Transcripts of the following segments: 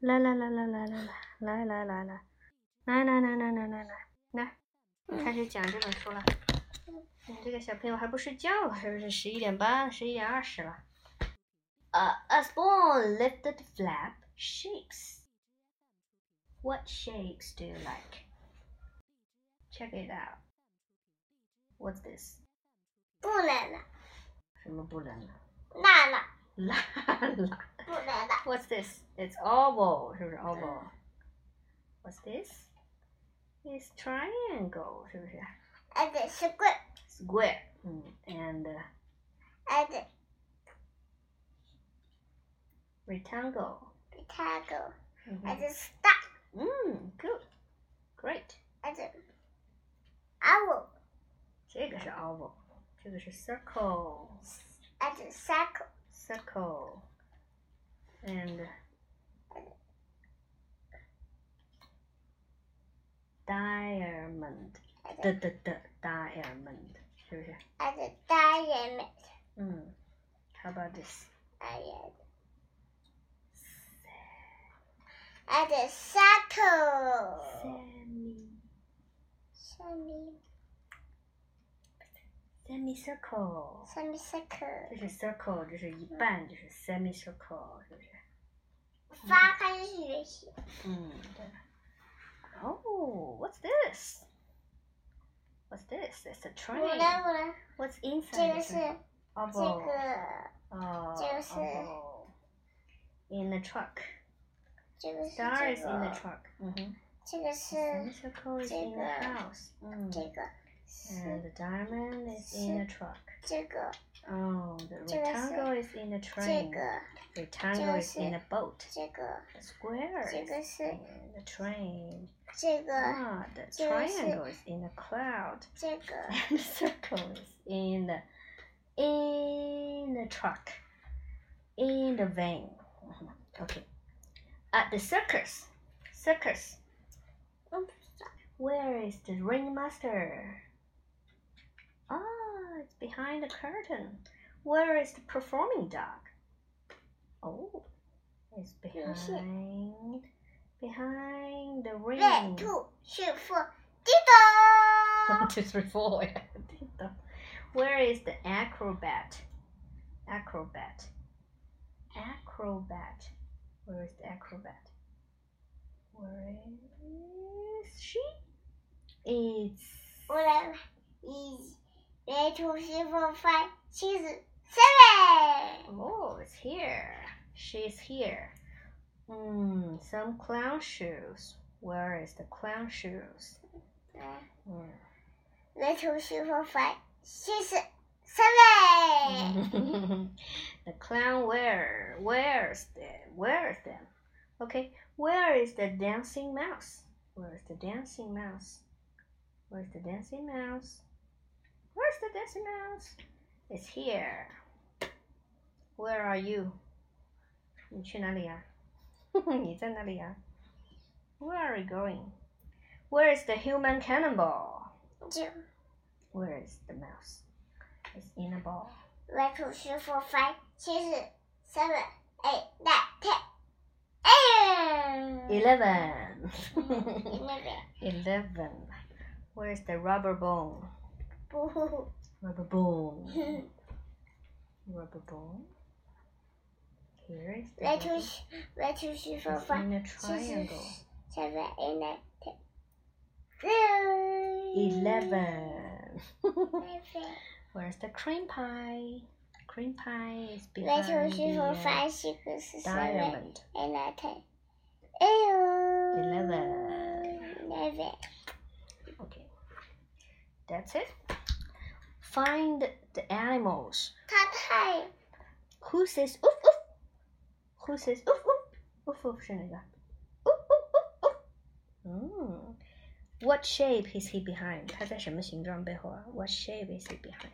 来来来来来来来来来来来来来来来来来来来，开始讲这本书了。你这个小朋友还不睡觉了，是不是？十一点半，十一点二十了。 Uh, a spoon lifted flap shakes. What shapes do you like? Check it out. What's this? 不能了，什么不能 了？烂了，啦啦。不能了。 What's this? It's oval，是不是 oval？What's this? It's triangle，是不是 And it's good. ？Square，嗯，and uh, And rectangle， rectangle. 嗯哼 And star. 嗯，good，great， And owl. 这个是 oval，这个是 circle，circle，and And circle. uh, diamond，的 And, 的的 diamond，是不是？ and diamond. 嗯，How about this？ Diamond. And circle. Semi. semi，semicircle。这 Semi circle. 是 circle，这是一半，就是 semicircle，是不是？发开始学习。嗯，对。Oh, what's this? What's this? It's a 我 train. 来，我来。 What's 这 inside? 个 is 是 an 这 oval. 个，哦这个是 oval. In the truck. 这个是 Star 这 is in the 个， truck. 嗯哼。这个是 Semicircle is in the 这个 house. 嗯。这个， And 是 the diamond is in the truck. 这个， Oh, the 这个是 rectangle is in the 这 train. 个， Rectangle is in 这 a boat. 这个， The square 这 is 个是 in the train. 这个， Ah, the 这个是 triangle is in the cloud. 这个， And the circle is in the in the truck. In the van. Mhm. Okay. At the circus. Circus. 嗯 Where is the ringmaster? Ah, it's behind the curtain. Where is the performing dog? Oh, it's 有线 behind behind the 瑞 ring. 兔是副地方 One,。two, three, four. Ding dong. Where is the acrobat? Acrobat. Acrobat. Where is the acrobat? Where is she? It's 我来吧，一，瑞兔是副翻妻子 seven。 oh, it's here. She's here. Mm, some clown shoes. Where is the clown shoes? Hmm. 嗯。瑞兔是副翻妻子 seven。 the clown where where's them where's them okay where is the dancing mouse where's the dancing mouse where's the dancing mouse where's the dancing mouse it's here where are you 你去哪里呀、你在哪里呀、where are you going where is the human cannonball 就 where is the mouse it's in a ball 瑞兔是副翻妻子 seven eight nine ten。哎， Eleven. 那边 Eleven. Where's the rubber bone? 不呼呼。 Rubber bone. Rubber bone. Here is the. Red rubber- two, red two, three, four, It's five, in a six, triangle. seven, eight, nine, ten. Blue. Eleven. Eleven. Where's the cream pie? Cream pie is Red behind two, three, the four, uh, five, six, seven, diamond. eight, nine, ten. Ew. Eleven. Eleven. Okay. That's it. Find the animals. 它太 Who says oof oof? Who says oof oof? Oof oof 是哪个？Oof oof oof oof。嗯，What shape is he behind？他在什么形状背后啊？What shape is he behind?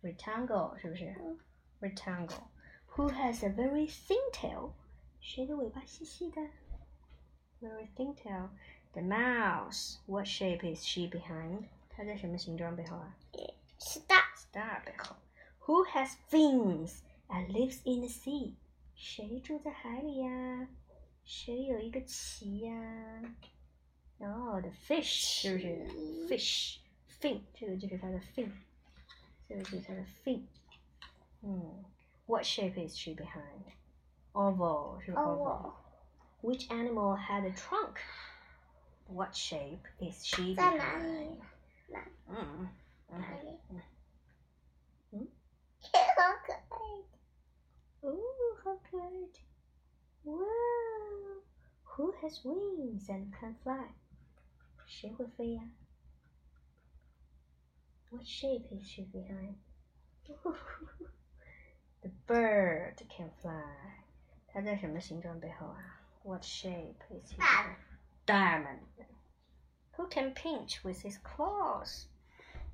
Rectangle 是不是嗯？Rectangle. Who has a very thin tail？谁的尾巴细细的？Very thin tail. The mouse. What shape is she behind？它在什么形状背后啊？是大， Star 背后。Who has fins and lives in the sea？谁住在海里呀？谁有一个鳍呀？No, the fish 是不是鳍？fish fin 这个就是它的 fin，这个就是它的 fin。嗯，What shape is she behind? Oval 是 oval. Oval. Which animal had a trunk? What shape is she 在哪里 behind?？嗯 Mm. 嗯哪里？嗯，好可爱。哦，好可爱的！Wow, who has wings and can fly? 谁会飞呀？What shape is she behind? The bird can fly. 它在什么形状背后啊？What shape is she behind? Diamond. Who can pinch with his claws?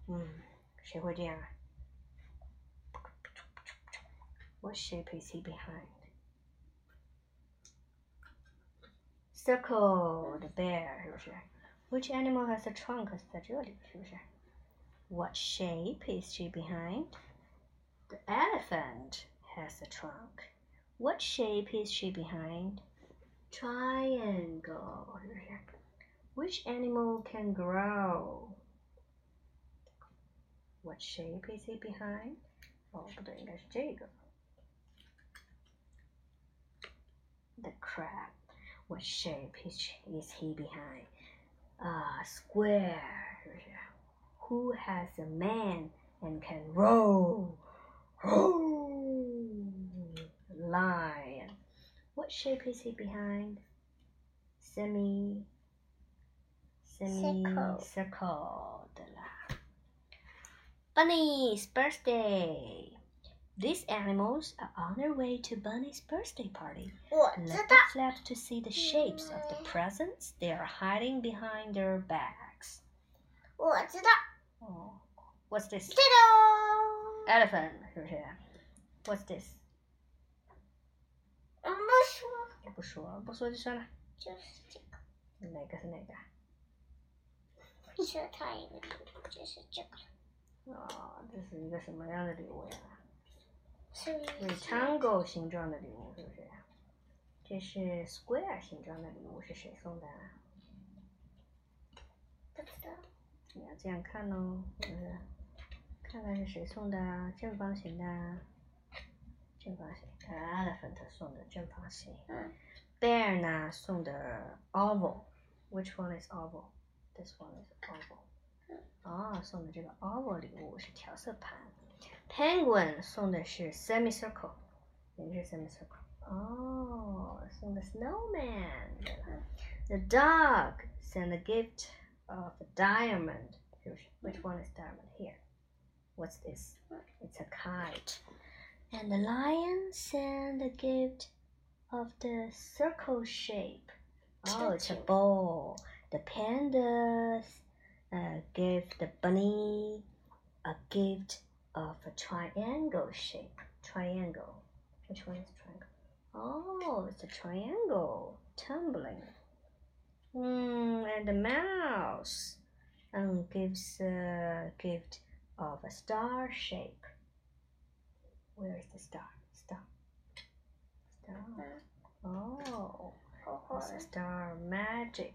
嗯，谁会这样啊？What shape is he behind? Circle the bear 是不是？Which animal has a trunk 是在这里是不是？What shape is she behind? The elephant has a trunk. What shape is she behind? Triangle 是不是？Which animal can grow? What shape is he behind? 哦，不对，应该是这个。The crab. What shape is, is he behind? Uh, square. Who has a man and can roll? Lion. What shape is he behind? Semi. Semi. Circle. Circle. 对啦。Bunny's birthday. These animals are on their way to Bunny's birthday party. 我知 Let 道 them，flap to see the shapes of the presents they are hiding behind their bags. 我知道， Oh, what's this? 这个 Elephant 是不是？What's this？我不说，也不说，不说就算了。就是这个，哪个是哪个啊？是它一个礼物，就是这个，哦，这是一个什么样的礼物呀？是一是个 triangle 形状的礼物，是不是？这是 ¿eh? square 形状的礼物，是谁送的啊？不知道，你要这样看喽，是不是？看看是谁送的啊？正方形的啊，正方形，elephant 送的正方形。嗯， Bear 呢送的 oval。Which one is oval? This one is oval. 哦，送的这个 oval 礼物是调色盘。Penguin 送的是 semicircle，也是 semicircle。哦，送的 snowman 对了。The dog sent a gift of a diamond. 是不是 Which one is diamond? Here. What's this? It's a kite. And the lion sent a gift of the circle shape. Oh, it's a Turtle. ball. The pandas uh, gave the bunny a gift of a triangle shape. Triangle. Which one is triangle? Oh, it's a triangle tumbling. Mm, and the mouse um, gives a gift of a star shape. Where is the star? Star. Star. Oh. 好好 What's the star magic?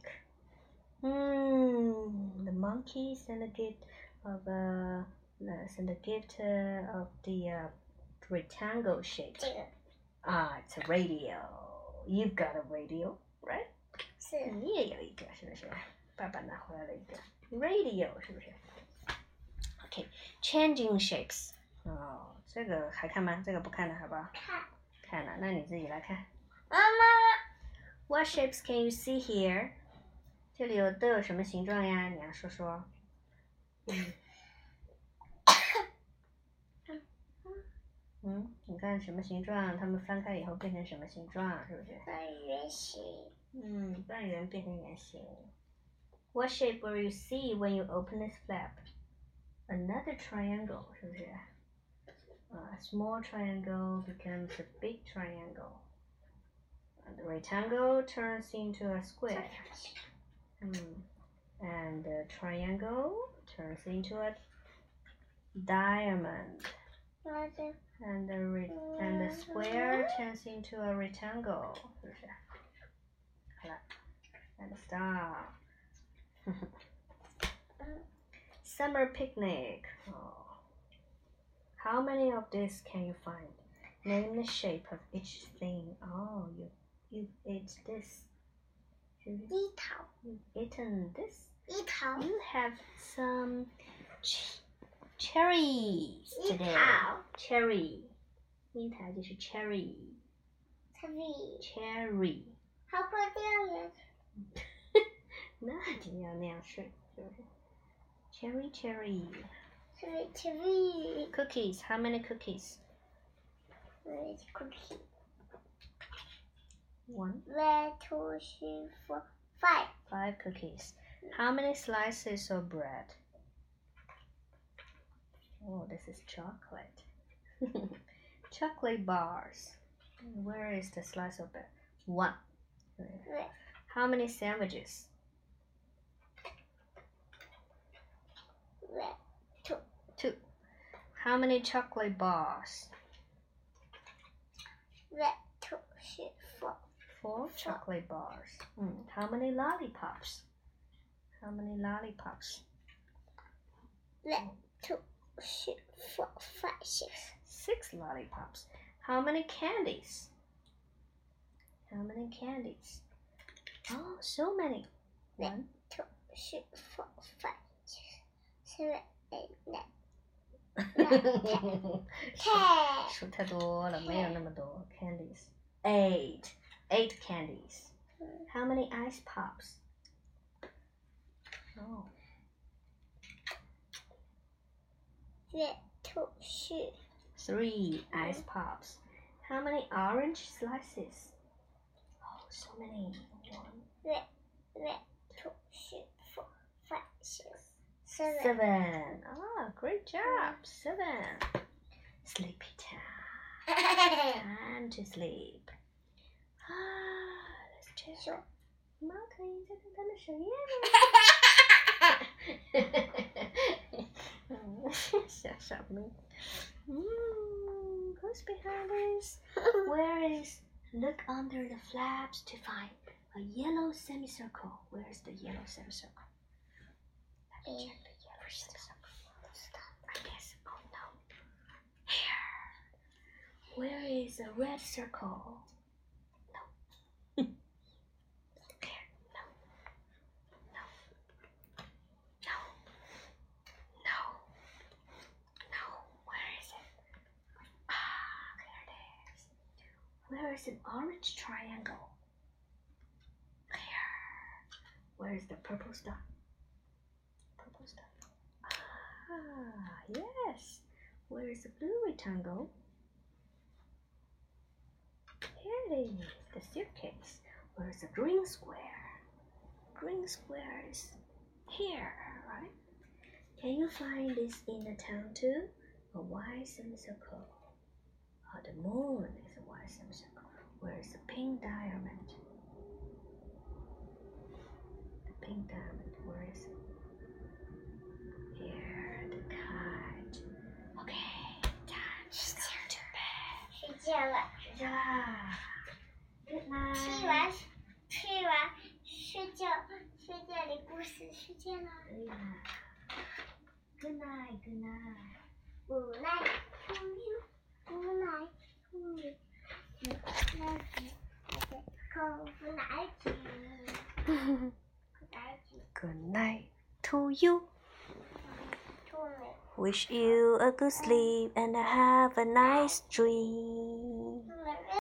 Hmm, the monkey sent a gift of a uh, sent a gift uh, of the uh, rectangle shape. 这个 Ah, it's a radio. You've got a radio, right? 是你也有一个，是不是？爸爸拿回来了一个 radio，是不是？OK，changing、shapes。哦，这个还看吗？这个不看了，好不好？看，看了，那你自己来看。妈妈 What shapes can you see here？这里有都有什么形状呀？你要说说。嗯，你看什么形状？它们翻开以后变成什么形状？是不是？的圆形，嗯，半圆变成圆形。What shape will you see when you open this flap? Another triangle，是不是？A small triangle becomes a big triangle. And the rectangle turns into a square. 嗯，and the triangle turns into a diamond. 那就 And the re and the square turns into a rectangle，是不是？好了，and stop 嗯。 Summer picnic. Oh. How many of these can you find? Name the shape of each thing. Oh, you you ate this. You 一头 eaten this. 一头 You have some ch- cherries 一 today. 头 Cherry，樱桃就是 cherry。它比 Cherry，好过掉了，那你要那样睡，是不是？Cherry cherry，cookies 它比它比 how many cookies? 呃 cookie One red two three four five five cookies. How many slices of bread? Oh, this is chocolate. chocolate bars. Where is the slice of bread? One. red How many sandwiches? red Two. How many chocolate bars? red two three four Four chocolate bars. Mm. How many lollipops? How many lollipops? red two three four five six Six lollipops. How many candies? How many candies? Oh, so many. One, two three four five six seven eight nine Nine. 10数太多了，没有那么多 candies. Eight, eight candies. How many ice pops? Oh, red two three three ice pops. How many orange slices? Oh, so many. One, red red two three four five six seven seven. Ah, great job. Seven. Sleepy time. Time to sleep. 啊，Let's check. 说猫头鹰在做它的实验呢。 小傻妹。Mm, who's behind this? Where is? Look under the flaps to find a yellow semicircle. Where is the yellow semicircle? Let me check the yellow semicircle. I guess. Oh no. Here. Where is a red circle? No. There. No. No. No. No. No. Where is it? Ah, there it is. Where is an orange triangle? Here. Where is the purple star? Purple star. Ah, yes. Where is the blue rectangle? Here it is, the staircase. Where is the green square? Green square is here, right? Can you find this in the town too? A wide semicircle. Oh, the moon is a wide semicircle. Where is the pink diamond? The pink diamond, where is it? Here, the kite. Okay, time to go to bed. 睡觉了， Good 吃 night. 完吃完睡觉睡觉的故事睡觉了， Good night, good night. 无奈风流，无奈风流，那是那是口不来酒，不来酒， Good night to you. 吐了 Wish you a good sleep and have a nice dream. 吐了。